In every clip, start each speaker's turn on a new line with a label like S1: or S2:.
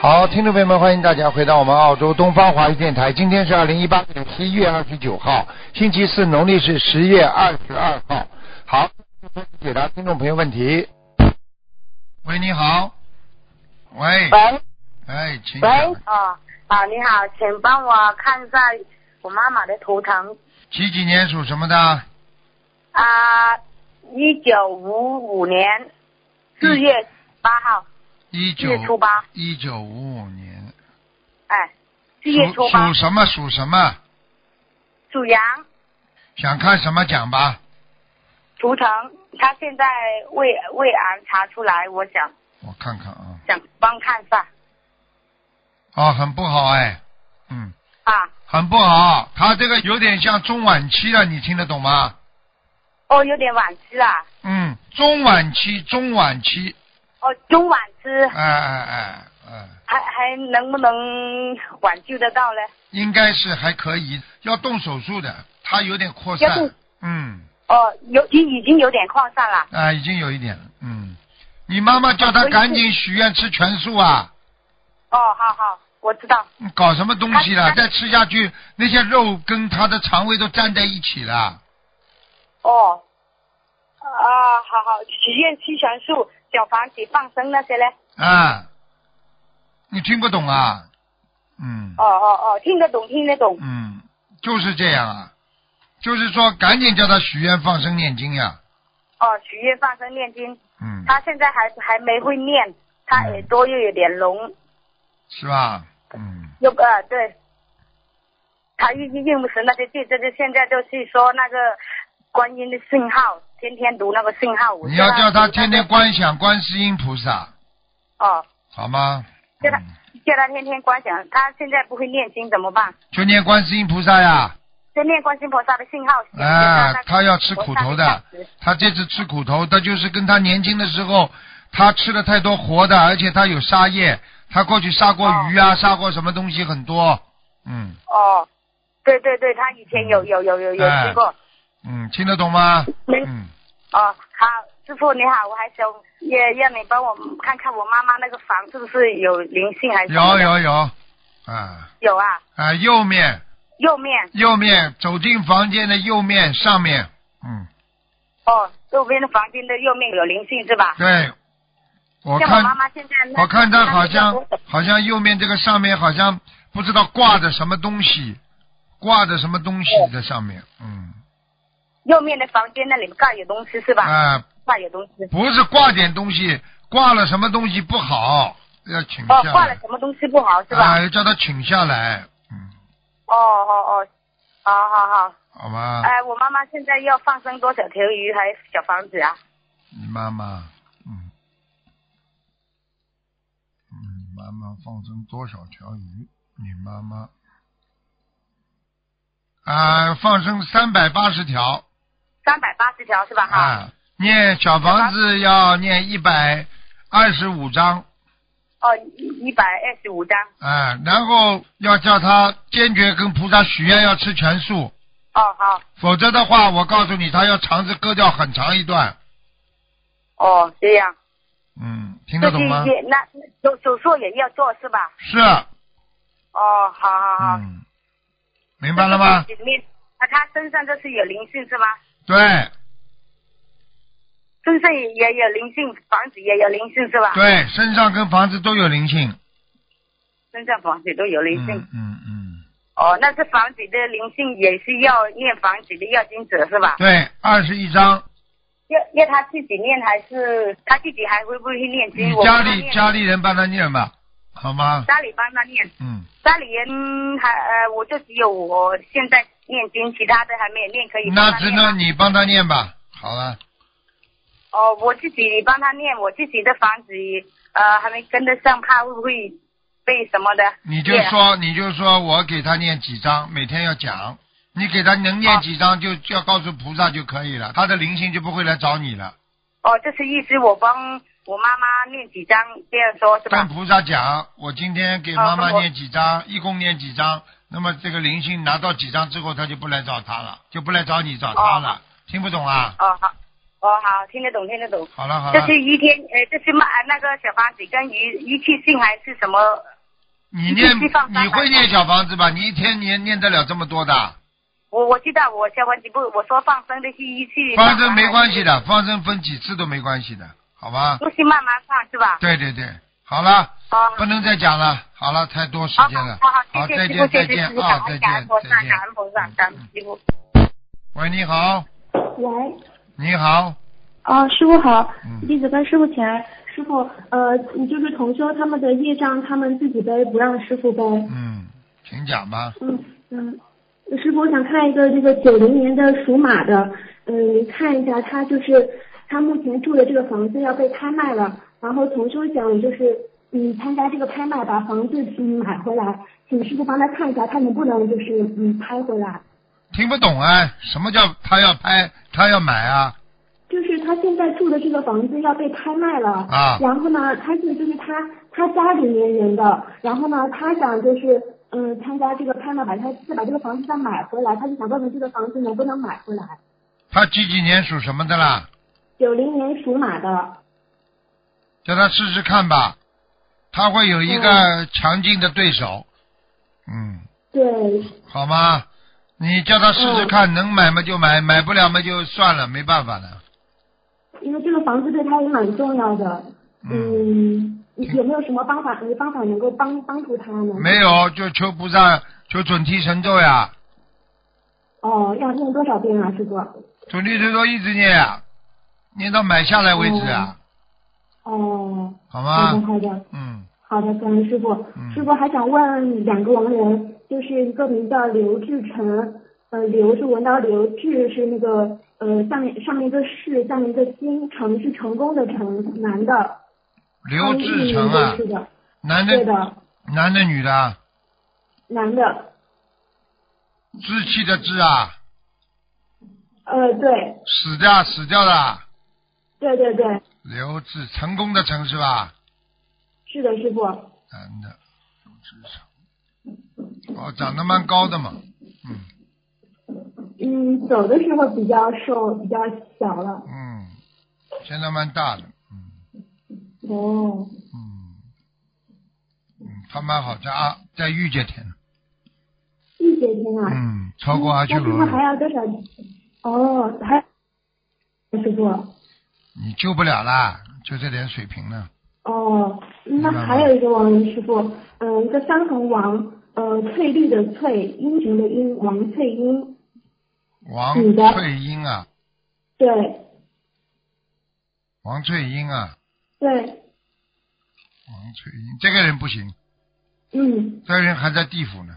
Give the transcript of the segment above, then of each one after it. S1: 好，听众朋友们，欢迎大家回到我们澳洲东方华语电台。今天是二零一八年十一月二十九号，星期四，农历是十月二十二号。好，解答听众朋友问题。喂，你好。喂。
S2: 喂
S1: 哎，请
S2: 喂
S1: 讲。，
S2: 哦，啊，你好，请帮我看一下我妈妈的图腾
S1: 几几年属什么的？
S2: 啊，一九五五年四月八号，
S1: 嗯一
S2: 四
S1: 九
S2: 月初八，
S1: 一九五五年。
S2: 哎，四月初
S1: 属
S2: 八
S1: 属，什么？属什么？
S2: 属羊
S1: 想看什么讲吧？
S2: 图腾，她现在胃胃癌查出来，我想
S1: 我看看啊。
S2: 想帮看一下
S1: 哦，很不好哎。嗯，
S2: 啊，
S1: 很不好。他这个有点像中晚期了，你听得懂吗？
S2: 哦，有点晚期啦，
S1: 嗯，中晚期，中晚期，
S2: 哦，中晚期
S1: 哎哎哎哎，
S2: 还还能不能挽救得到呢？
S1: 应该是还可以，要动手术的，他有点扩
S2: 要
S1: 散
S2: 动，
S1: 嗯，
S2: 哦，有已已经有点扩散了，
S1: 啊、已经有一点了，嗯，你妈妈叫他
S2: 我已经
S1: 赶紧许愿吃全素啊，
S2: 哦，好好，我知道。
S1: 你搞什么东西了？
S2: 她她
S1: 再吃下去，那些肉跟他的肠胃都粘在一起了，
S2: 哦，啊，好好，许愿七全素，小房子放生那些呢？
S1: 啊，你听不懂啊，嗯，
S2: 哦哦哦，听得懂，听得懂。
S1: 嗯，就是这样啊，就是说赶紧叫他许愿放生念经呀、
S2: 哦，许愿放生念经，
S1: 嗯，
S2: 他现在还还没会念，他耳朵又有点聋，
S1: 是吧？嗯。
S2: 又呃对，他一直认不识那些字，这就现在就是说那个观音的信号，天天读那个信号。我
S1: 你要叫他
S2: 读那个
S1: 天天观想观世音菩萨，
S2: 哦，
S1: 好吗？
S2: 叫他
S1: 嗯、
S2: 叫他天天观想，他现在不会念经怎么办？
S1: 就念观世音菩萨呀。
S2: 就念观世音菩萨的信号。
S1: 哎、他要吃苦头的，他这次吃苦头，他就是跟他年轻的时候，他吃了太多活的，而且他有杀业，他过去杀过鱼啊，杀过什么东西很多。嗯
S2: 哦，对对对，他以前有有有有有
S1: 哎
S2: 吃过。
S1: 嗯，听得懂吗？
S2: 没
S1: 嗯，
S2: 哦，好，师傅你好，我还想也让你帮我看看我妈妈那个房是不是有灵性还是什么
S1: 有
S2: 的
S1: 有有，啊
S2: 有啊，
S1: 啊，右面
S2: 右面
S1: 右面走进房间的右面上面，嗯，
S2: 哦，右边的房间的右面有灵性是吧？
S1: 对，我
S2: 像
S1: 看
S2: 我妈妈现在那个，
S1: 我看他好
S2: 那
S1: 像
S2: 个
S1: 好像右面这个上面好像不知道挂着什么东西，挂着什么东西在上面，嗯，
S2: 右面的房间那里盖有东西是吧？
S1: 啊、
S2: 挂有东西。
S1: 不是挂点东西，挂了什么东西不好，要请
S2: 哦
S1: 下，
S2: 挂了
S1: 来，
S2: 什么东西不好是
S1: 啊、
S2: 吧？
S1: 要叫他请下来，嗯，
S2: 哦哦哦，好好好。
S1: 好吧，
S2: 哎，我妈妈现在要放生多少条鱼还有小房子啊？
S1: 你妈妈，嗯，嗯，妈妈放生多少条鱼？你妈妈啊、放生三百八十条。
S2: 三百八十条是吧？哈、
S1: 啊，念小房子要念一百二十五章
S2: 哦，一百二十五张。
S1: 啊，然后要叫他坚决跟菩萨许愿要吃全素，
S2: 哦，好，
S1: 否则的话，我告诉你，他要肠子割掉很长一段。
S2: 哦，这样。
S1: 嗯，听得懂吗
S2: 就是？也那手手术也要做是吧？
S1: 是，
S2: 哦，好好好。
S1: 嗯，明白了吗？
S2: 里面啊，他身上这是有灵性是吗？
S1: 对
S2: 身上也也有灵性，房子也有灵性是吧？。
S1: 对，身上跟房子都有灵性。
S2: 身上房子都有灵
S1: 嗯
S2: 性。
S1: 嗯嗯，
S2: 哦，那这房子的灵性也是要念房子的要经者是吧？
S1: 对，二十一章。
S2: 要要他自己念还是他自己还会不会念经？
S1: 你
S2: 我
S1: 家
S2: 帮他
S1: 里
S2: 念
S1: 家里人帮他念吧，好吗？
S2: 家里帮他念。
S1: 嗯，
S2: 家里人还呃，我就只有我现在念经，其他的还没有念，可以帮
S1: 那
S2: 他
S1: 只
S2: 念吗
S1: 能你帮他念吧，好了。
S2: 哦，我自己帮他念，我自己的房子呃还没跟得上，怕会不会被什么的？
S1: 你就
S2: 对啊
S1: 说，你就说我给他念几章，每天要讲。你给他能念几章，就就要告诉菩萨就可以了，他的灵性就不会来找你了。
S2: 哦，这是意思，我帮我妈妈念几张，这样说是吧
S1: 跟？菩萨讲，我今天给妈妈
S2: 哦我
S1: 念几章，一共念几章，那么这个灵性拿到几章之后，他就不来找他了，就不来找你找他了。听不懂啊？
S2: 哦好，哦好，听得懂听得懂。
S1: 好了好
S2: 这
S1: 了，
S2: 是一天呃，这是卖那个小房子跟一一次性还是什么
S1: 你念
S2: 一放三
S1: 你会念小房子吧？你一天念念得了这么多的？
S2: 我我知道，我消防局部我说放生的去一去。
S1: 放生没关系。的，放生分几次都没关系的，好 吧？
S2: 都是慢慢放是吧？
S1: 对对对，好了，
S2: 啊。
S1: 不能再讲了，好了，太多时
S2: 好
S1: 间了
S2: 好好，好，谢
S1: 再
S2: 谢师傅，
S1: 见再
S2: 谢谢
S1: 见
S2: 师傅，
S1: 啊，
S2: 感
S1: 再见
S2: 恩感恩
S1: 再
S2: 菩
S1: 见
S2: 萨，
S1: 嗯
S2: 感。恩菩萨，感恩师傅。
S1: 喂，你好，
S3: 喂，
S1: 你好，
S3: 哦，师傅好
S1: 嗯，
S3: 弟子跟师傅请安。师傅，呃，就是同修他们的业障，他们自己背，不让师傅背。
S1: 嗯，请讲吧。
S3: 嗯嗯，师傅，我想看一个这个九零年的属马的，嗯，看一下他就是他目前住的这个房子要被拍卖了，然后同修想就是嗯参加这个拍卖把房子嗯买回来，请师傅帮他看一下他能不能就是嗯拍回来。
S1: 听不懂啊？什么叫他要拍，他要买啊？
S3: 就是他现在住的这个房子要被拍卖了，
S1: 啊
S3: 然后呢，他是就是他他家里面人的，然后呢，他想就是嗯参加这个拍卖，把他再把这个房子再买回来，他就想问问这个房子能不能买回来。
S1: 他几几年属什么的啦？
S3: 九零年属马的，
S1: 叫他试试看吧，他会有一个强劲的对手，嗯，
S3: 对，
S1: 好吗？你叫他试试看，能买嘛就买，买不了嘛就算了，没办法了。
S3: 因为这个房子对他也蛮重要的，嗯，有没有什么方法呃方法能够帮帮助他呢？
S1: 没有就求菩萨，求准提神咒呀，
S3: 哦，要念多少遍啊，师傅？
S1: 准提神咒一直念呀，念到买下来为止啊，
S3: 哦，
S1: 好
S3: 好的
S1: 吗？
S3: 好的。
S1: 嗯，
S3: 好的，感恩师傅
S1: 嗯。
S3: 师傅还想问两个亡人，就是一个名叫刘志成，呃，刘是文刀刘，志是那个呃上面上面一个士，下面一个金，成是成功的成，男的。
S1: 刘志成
S3: 他
S1: 啊
S3: 嗯是，一名的
S1: 男
S3: 对
S1: 的
S3: 的，
S1: 男的女的啊，
S3: 男的。
S1: 志气的志啊，
S3: 呃，对，
S1: 死的啊死掉的啊，
S3: 对对对，
S1: 刘志成功的成是吧？
S3: 是的，师傅。
S1: 男的，有智商，哦，长得蛮高的嘛，嗯
S3: 嗯，走的时候比较瘦，比较小了。
S1: 嗯，现在蛮大的，嗯
S3: 哦，
S1: 嗯嗯，他蛮好，在啊，在御界天，
S3: 一节天啊。
S1: 嗯，超过阿修
S3: 那师傅
S1: 罗
S3: 还
S1: 了，
S3: 要多少？哦，还师傅。
S1: 你救不了啦，就这点水平呢，
S3: 哦，那还有一个王人师傅，嗯、一个三横王，呃，翠绿的翠，英雄的英，王翠英，
S1: 王
S3: 女的
S1: 翠英啊，
S3: 对
S1: 王翠英啊，
S3: 对，
S1: 王翠英，这个人不行，
S3: 嗯，
S1: 这个人还在地府呢，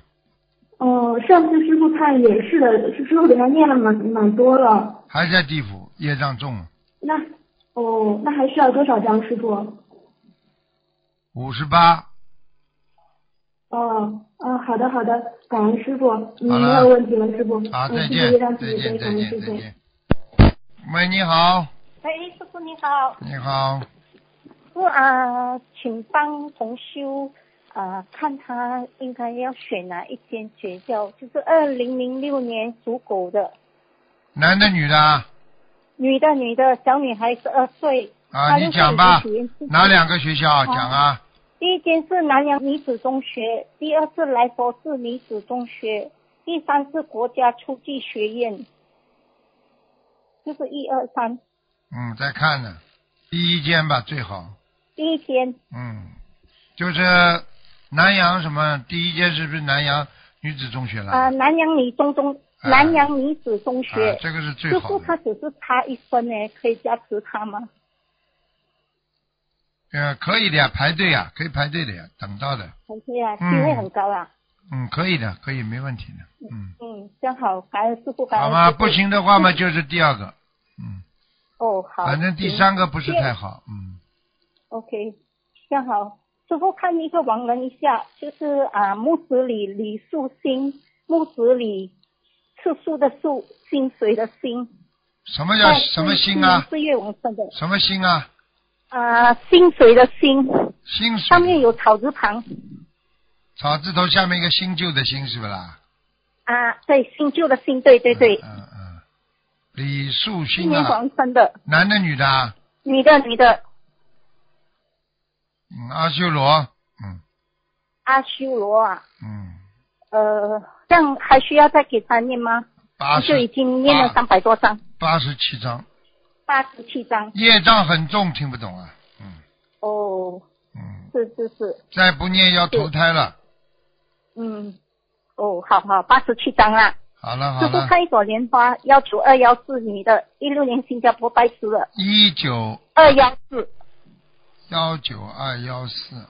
S3: 哦，上次师傅看也是的，师傅给他念了蛮蛮多了，
S1: 还在地府，业障重啊了，
S3: 那哦，那还需要多少张师傅？
S1: 五十八，
S3: 哦，哦，好的好的，感恩师傅，嗯，
S1: 好了
S3: 没有问题了，师傅，
S1: 好，
S3: 嗯，
S1: 再
S3: 谢
S1: 见
S3: 谢让，自
S1: 再
S3: 己
S1: 见，
S3: 非
S1: 再
S3: 常
S1: 见，
S3: 谢
S1: 再
S3: 谢。
S1: 见。喂，你好，
S4: 喂，哎师傅你好，
S1: 你好。
S4: 师傅啊、呃请帮同修啊、呃看他应该要选哪一间学校，就是二零零六年属狗的
S1: 男的女的啊？
S4: 女的女的小女孩十二岁，
S1: 啊，
S4: 她
S1: 你
S4: 六
S1: 讲吧
S4: 岁已经体验自，己
S1: 哪两个学校啊讲啊？
S4: 第一间是南洋女子中学，第二是莱佛士女子中学，第三是国家初级学院，就是一二三，
S1: 嗯，在看呢，第一间吧最好，
S4: 第一间
S1: 嗯，就是南阳什么第一间是不是南阳女子中学了？
S4: 啊、呃
S1: 啊，
S4: 南洋女中中、
S1: 啊
S4: 南洋女子中学。
S1: 这个是最
S4: 师
S1: 好
S4: 傅他
S1: 的，
S4: 只是差一分呢，可以加持他吗？
S1: 呃，可以的呀，排队呀，可以排队的呀，等到的，
S4: 很对啊，机
S1: 嗯
S4: 会很高啊。
S1: 嗯，可以的，可以，没问题的，嗯，
S4: 嗯，这样好，感恩师
S3: 嗯
S4: 傅，感
S1: 好
S4: 恩
S1: 吗？
S4: 师傅
S1: 不。行的话嘛，就是第二个，嗯，
S4: 哦，好。
S1: 反正第
S4: 行。
S1: 三个不是太好，嗯，
S4: OK，这样好。师傅看一个亡人一下，就是啊，木子李李树新，木子李次数的数，薪水的薪。
S1: 什么叫什么星啊？
S4: 四月王生的
S1: 什么星啊？
S4: 啊，薪水的薪，
S1: 星水
S4: 上面有草字旁
S1: 草字头下面一个新旧的新是不啦？
S4: 啊，对，新旧的新，对对对，
S1: 嗯嗯。李树
S4: 今
S1: 新
S4: 年
S1: 啊，
S4: 王生的，
S1: 男的女的啊？
S4: 女的女的，
S1: 嗯，阿修罗，嗯，
S4: 阿修罗啊，
S1: 嗯，
S4: 呃，这样还需要再给他念吗？
S1: 八
S4: 就已
S1: 十
S4: 经念了
S1: 八
S4: 三百多张，
S1: 八十七章，
S4: 八十七张。
S1: 业障很重，听不懂啊，嗯
S4: 哦，
S1: 嗯，
S4: 是是是，
S1: 再不念要投胎了。
S4: 嗯，哦，好好，八十七张啊。
S1: 好了好
S4: 师傅
S1: 了，
S4: 看一朵莲花，幺九二幺四女的，一六年新加坡拜师的，
S1: 一九
S4: 二幺四。
S1: 幺九二幺四，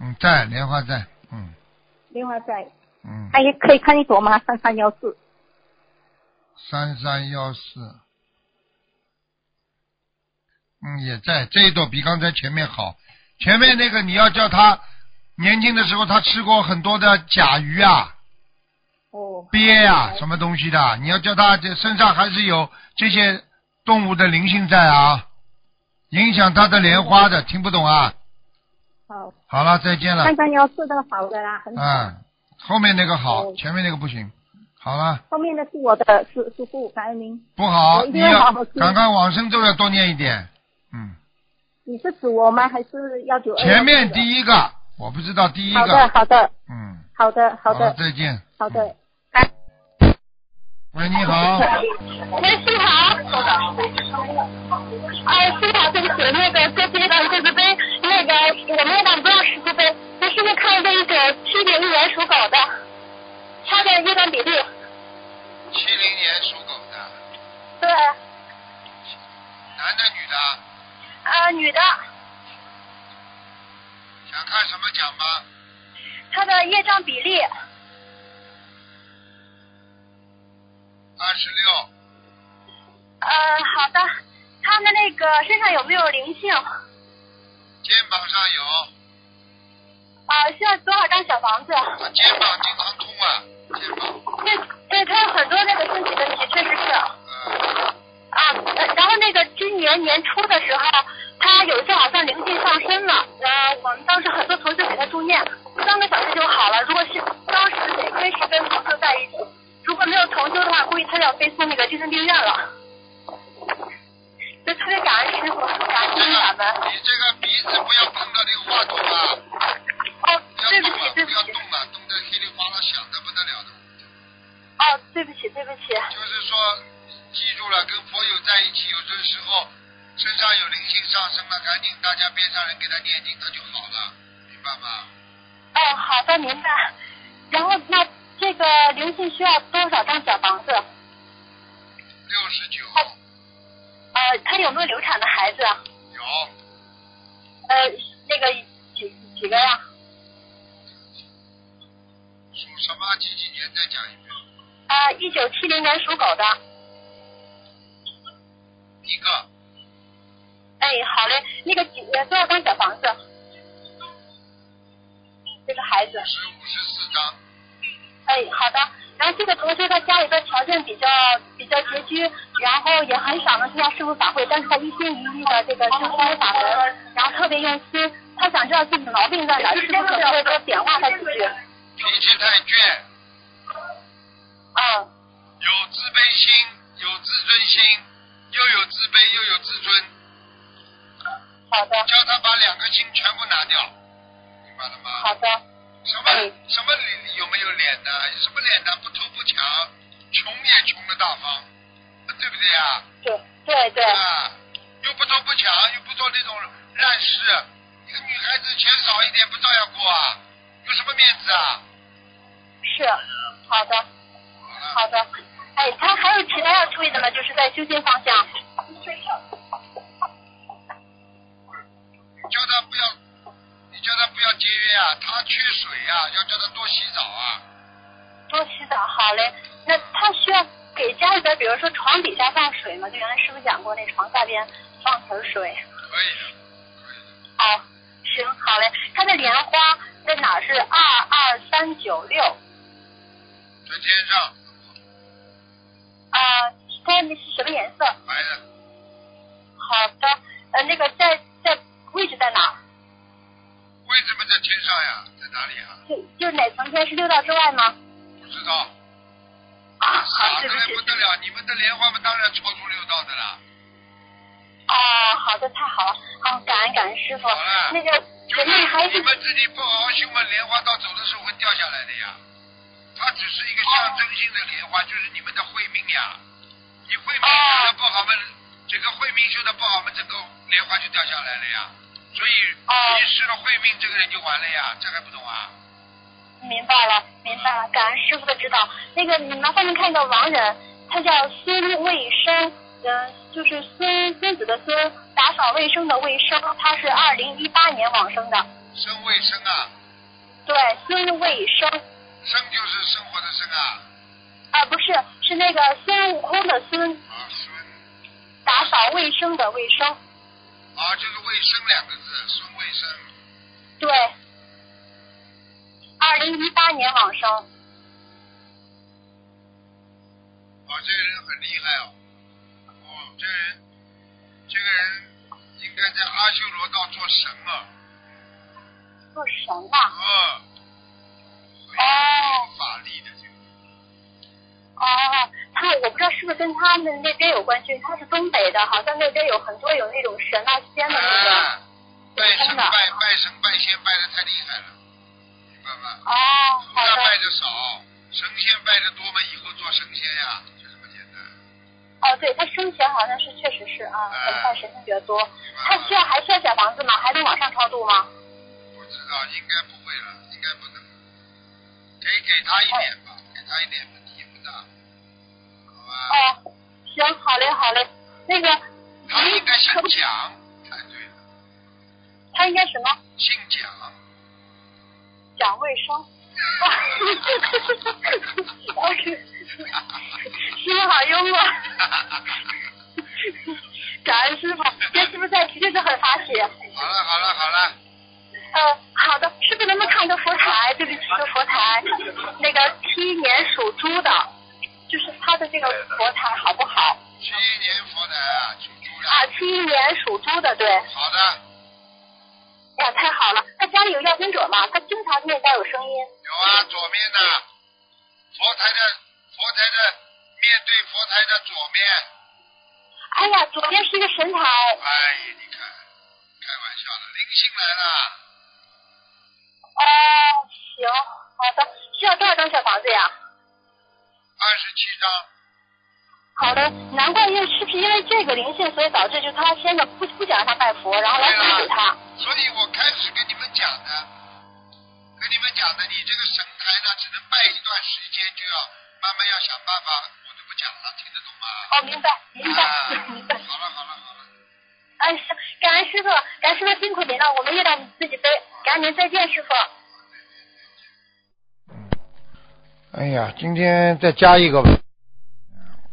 S1: 嗯，在莲花在，嗯
S4: 另外在，
S1: 嗯，
S4: 哎，可以看一朵吗？三三幺四。
S1: 三三幺四，嗯也在，这一朵比刚才前面好，前面那个你要叫他年轻的时候他吃过很多的甲鱼啊。
S4: 哦，
S1: 鳖啊，什么东西的？你要叫他这身上还是有这些动物的灵性在啊，影响他的莲花的，听不懂啊？
S4: 好，
S1: 好了，再见了
S4: 三。三幺四的好的啦，很好。
S1: 嗯，后面那个好，
S4: 哦
S1: 前面那个不行。好了，
S4: 后面的是我的师师傅，感恩您。
S1: 不好，
S4: 我一
S1: 你
S4: 定要
S1: 要
S4: 好好听
S1: 赶快往生咒要多念一点。嗯，
S4: 你是指我吗？还是幺九二？
S1: 前面第一个我不知道第一
S4: 好的，
S1: 个。
S4: 好的，
S1: 嗯，
S4: 好的，好
S1: 了
S4: 的，
S1: 再见。
S4: 好
S1: 嗯
S4: 的。。
S1: 喂，你好。
S5: 喂，师好，哎，师好，对不起，那个过去那段过去杯，那个我们那档不要十字杯，那现在看一个一个七零年属狗的，他的月亮比例，
S1: 七零年属狗的，
S5: 对，
S1: 男的女的，
S5: 呃，女的，
S1: 想看什么奖吗？
S5: 她的业障比例呃
S1: 二十六。
S5: 呃，好的，她的那个身上有没有灵性？呃
S1: 肩膀上有，
S5: 啊、需要多少张小房子？
S1: 他啊肩膀经常痛啊，肩膀，
S5: 对，对她有很多那个身体问题，确实是。
S1: 呃，
S5: 啊，呃然后那个今年年初的时候，他有一次好像灵性上身了，呃，我们当时很多同学给他助念，三个小时就好了。如果是当时得亏是跟同修在一起，如果没有同修的话，估计他要飞送那个精神病院了。就特别感恩师傅，感恩法门。
S1: 你这个鼻子不要碰到那个话筒啊，
S5: 哦，
S1: 不要
S5: 对不
S1: 动
S5: 起
S1: 啊，，
S5: 对不
S1: 不要
S5: 起，
S1: 动啊，动得噼里啪啦响的不得了的。
S5: 哦，对不起，对不起。
S1: 就是说，记住了，跟佛友在一起，有的时候身上有灵性上升了，赶紧大家边上人给他念经，他就好了，明白吗？
S5: 哦，好的，明白。然后那这个灵性需要多少张小房子？
S1: 六十九，
S5: 呃，他有没有流产的孩子啊？
S1: 有
S5: 呃，那个几几个呀？
S1: 属什么？几几年？再讲一遍，
S5: 啊，一九七零年属狗的。
S1: 一个
S5: 哎，好嘞，那个几呃多少张小房子？这个孩子，
S1: 是五十四张，
S5: 哎，好的。然后这个同学他家里的条件比较比较拮据，然后也很少能参加师傅法会，但是他一心一意的这个修师傅法门，然后特别用心。他想知道自己毛病在哪儿，师傅可不可以多点化他几句？
S1: 脾气太倔。
S5: 嗯，
S1: 有自卑心，有自尊心，又有自卑又有自尊，
S5: 好的，
S1: 叫他把两个心全部拿掉，明白了吗？
S5: 好的，
S1: 什么
S5: 嗯
S1: 什么脸有没有脸呢？什么脸呢？不偷不抢，穷也穷的大方，对不对啊？
S5: 对对对，
S1: 啊，又不偷不抢，又不做那种烂事，一个女孩子钱少一点不照样过啊？有什么面子啊？
S5: 是，好的。
S1: 好
S5: 好
S1: 了，
S5: 的，哎，他还有其他要注意的吗？就是在修仙方向。
S1: 叫他不要，你叫他不要节约啊，他缺水啊，要叫他多洗澡啊。
S5: 多洗澡，好嘞。那他需要给家里边，比如说床底下放水吗？就原来师傅讲过，那床下边放盆水。
S1: 可以的，可以的。
S5: 哦，行，好嘞。他的莲花在哪儿是二二三九六？
S1: 在天上，
S5: 啊，它那是什么颜色？
S1: 白的，
S5: 好的，呃，那个在在位置在哪儿？
S1: 为什么在天上呀？在哪里啊？
S5: 就就哪层天是六道之外吗？
S1: 不知道。
S5: 啊，好，
S1: 傻
S5: 对
S1: 的
S5: 不
S1: 还
S5: 起
S1: 不，得了，你们的莲花嘛，当然错出六道的啦。
S5: 哦，好的，太好了，好，感恩感恩师傅
S1: 好了。
S5: 那个给那个孩
S6: 你
S5: 子
S6: 们自己不好好修嘛，莲花到走的时候会掉下来的呀。它只是一个
S5: 哦
S6: 象征性的莲花，就是你们的慧命呀。你慧
S5: 哦
S6: 命修的不好嘛，整个慧命修的不好嘛，整个莲花就掉下来了呀。所以
S5: 哦
S6: 你失了慧命，这个人就完了呀，这还不懂啊？
S5: 明白了，明白了，感恩师傅的指导。那个，你麻烦您看一个亡人，他叫孙卫生，嗯，就是孙孙子的孙，打扫卫生的卫生，他是二零一八年往生的。
S6: 生为生啊，
S5: 对，孙卫生，
S6: 生就是生活的生啊。
S5: 啊，不是，是那个孙悟空的孙，
S6: 啊，孙
S5: 打扫卫生的卫生。
S6: 啊，就是卫生两个字，孙卫生。
S5: 对，二零一八年往生。
S6: 哦，这个人很厉害哦，哦，这个人，这个人应该在阿修罗道做神了，
S5: 做啊神吧。
S6: 哦，
S5: 哦
S6: 有法力的这个，
S5: 哦，他我不知道是不是跟他们那边有关系，他是东北的，好像那边有很多有那种神啊仙的那个。
S6: 啊，拜神
S5: 真的
S6: 拜拜神拜仙拜的太厉害了，明白吗？
S5: 哦，
S6: 菩
S5: 好
S6: 萨
S5: 的。
S6: 拜的少，神仙拜的多嘛，以后做神仙呀，就这么简单。
S5: 哦，对，他生前好像是确实是啊，
S6: 哎
S5: 神拜神仙比较多。
S6: 明白
S5: 他
S6: 吗
S5: 需要还需要小房子吗？还能往上超度吗？
S6: 不知道，应该不会了，应该不能。给给他一点吧，给他一点，问题也不大，好吧？
S5: 哦，行，好嘞，好嘞。那个，
S6: 他啊应该姓
S5: 可不
S6: 蒋，太对了，
S5: 他应该什么？
S6: 姓 蒋。
S5: 讲卫生。 我是师傅好幽默，感恩 师傅，跟师傅在一起真的很发喜。
S6: 好了好了好了，
S5: 呃，好的，师傅能不能看一个佛台？对不起，一个佛台，那个七年属猪的，就是他的这个佛台好不好？
S6: 七一年佛台啊，属猪的。
S5: 啊，七一年属猪的，对，
S6: 好的，
S5: 哇，太好了。他家里有要经者吗？他经常听见家有声音。
S6: 有啊，左面的佛台的佛台的面对佛台的左面，
S5: 哎呀，左边是一个神
S6: 哎，你
S5: 台，
S6: 看，开玩笑的，灵性来了，
S5: 哦，行，好的，需要多少张小房子呀？
S6: 二十七张，
S5: 好的，难怪因为是不是因为这个灵性，所以导致就他先生不不想让他拜佛，然后来阻止他。
S6: 所以我开始跟你们讲的，跟你们讲的，你这个神台呢，只能拜一段时间，就要慢慢要想办法，我就不讲了，听得懂吗？
S5: 哦，明白，明
S6: 啊
S5: 白，明白。
S6: 好了好了好了，
S5: 哎，是感恩师傅，感恩师傅辛苦您了，我们月亮自己背。感恩您，再见，师傅。
S1: 哎呀，今天再加一个吧。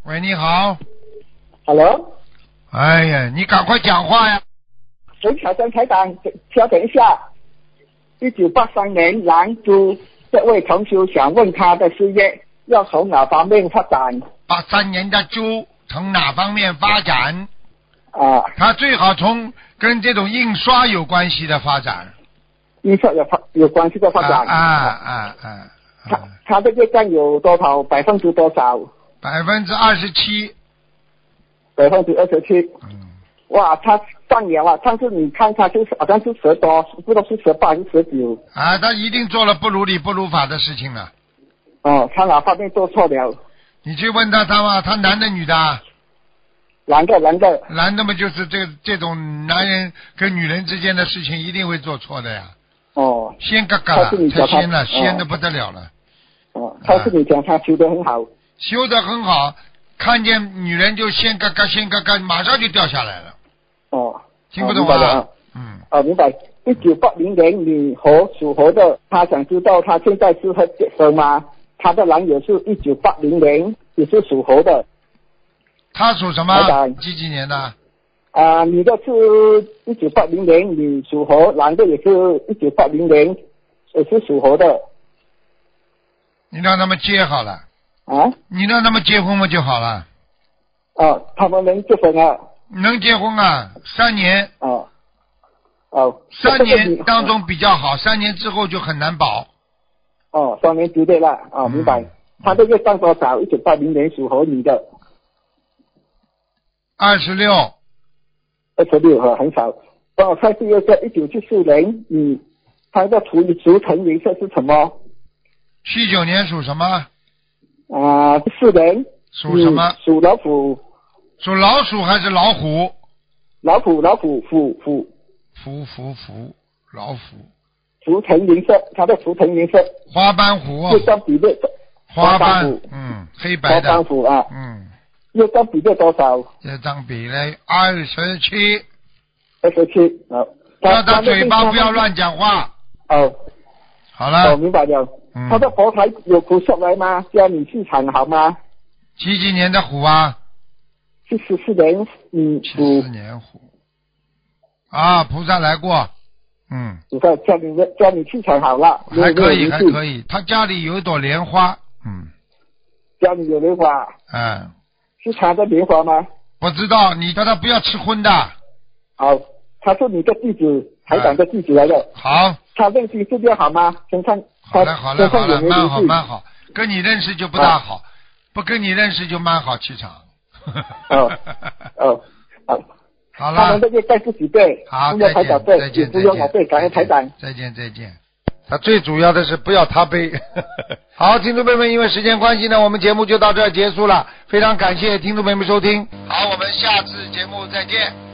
S1: 喂，你好。
S7: Hello，
S1: 哎呀，你赶快讲话呀！
S7: 陈小生台长，稍等一下。一九八三年兰州这位同学想问他的事业要从哪方面发展
S1: 八三年的猪从哪方面发展？
S7: 啊？
S1: 它最好从跟这种印刷有关系的发展。
S7: 印刷有发有关系的发展
S1: 啊啊啊啊
S7: 他
S1: 啊！
S7: 他的业障有多少？百分之多少？
S1: 百分之二十七。
S7: 百分之二十七。
S1: 嗯，
S7: 哇，他上扬了，但是你看他就是好像是十多，不知道是十八还是十九。
S1: 啊，他一定做了不如理不如法的事情了。
S7: 哦，他哪方面做错了？
S1: 你去问他，他嘛，他男的女的啊？
S7: 男的男的
S1: 男的嘛，就是这这种男人跟女人之间的事情，一定会做错的呀。
S7: 哦
S1: 仙嘎嘎了
S7: 他是，你
S1: 太
S7: 脚踏
S1: 仙了，
S7: 哦
S1: 仙的不得了了。
S7: 哦，他是你讲他修得很好
S1: 修得很好，看见女人就仙嘎嘎仙嘎嘎，马上就掉下来了，
S7: 哦，
S1: 听不懂
S7: 哦明白了
S1: 啊
S7: 啊？
S1: 嗯，
S7: 哦，明白。一九八零年女猴属猴的，她想知道她现在是和接收吗？她的男友是一九八零年，也是属猴的。
S1: 他属什
S7: 台
S1: 么？
S7: 长
S1: 几几年的？
S7: 啊、女的是一九八零年，女属猴；男的也是一九八零年，也是属猴的。
S1: 你让他们结好了，
S7: 啊，
S1: 你让他们结婚嘛就好了，
S7: 哦，他们能结婚啊？
S1: 能结婚啊？三年，
S7: 哦，哦，
S1: 三
S7: 这个
S1: 年
S7: 女
S1: 当。中比较好，三年之后就很难保。
S7: 哦，三年之内了。哦，明白
S1: 嗯。
S7: 她这个占多少？一九八零年属猴女的，
S1: 二十六，
S7: 二十六，很少。帮我看第二个，一九七四年，嗯，它的图图腾颜色是什么？
S1: 七九年属什么？
S7: 啊、四年。
S1: 属什么
S7: 嗯属老虎，
S1: 属老鼠还是老虎？
S7: 老虎，老虎，虎虎，
S1: 虎虎虎，老虎，
S7: 图腾颜色，它的图腾颜色
S1: 花斑虎，啊
S7: 越占比例，
S1: 花
S7: 花
S1: 斑
S7: 斑虎，
S1: 嗯，黑白
S7: 花
S1: 的
S7: 斑，虎啊，
S1: 嗯，
S7: 越占比例多少？
S1: 这张比例二十七，
S7: 二十七，啊好。
S1: 叫他
S7: 它
S1: 嘴巴不要。乱讲话。
S7: 哦，
S1: 好
S7: 我
S1: 了，
S7: 明白了。
S1: 嗯
S7: 他的佛台有菩萨来吗？家里气场好吗？
S1: 几几年的虎啊？
S7: 七十四年，嗯，
S1: 七
S7: 属
S1: 四年虎。啊，菩萨来过，嗯，
S7: 你看家里面家里气场好了，
S1: 还可以，还可
S7: 以。
S1: 以。他家里有一朵莲花，嗯，
S7: 家里有莲花，
S1: 哎，
S7: 是他的莲花吗？
S1: 我知道，你叫他不要吃荤的，
S7: 好，他是你的弟子，台长的弟子来的。
S1: 好。
S7: 他认识这边好吗？先看
S1: 哎好
S7: 他
S1: 了好了
S7: 身
S1: 好
S7: 上有
S1: 了，
S7: 没有
S1: 蛮
S7: 灵
S1: 好
S7: 性？
S1: 蛮好，跟你认识就不大好，不跟你认识就蛮好气场。
S7: 哦哦，好，
S1: 好
S7: 他
S1: 了
S7: 们，这边带自己背，
S1: 好，
S7: 不
S1: 再
S7: 用台
S1: 见
S7: 长
S1: 再
S7: 背，也
S1: 见
S7: 不
S1: 再
S7: 用我背，
S1: 见，
S7: 感恩台长。
S1: 再见再见。他最主要的是不要他背。 好，听众朋友们，因为时间关系呢，我们节目就到这儿结束了。非常感谢听众朋友们收听，好，我们下次节目再见。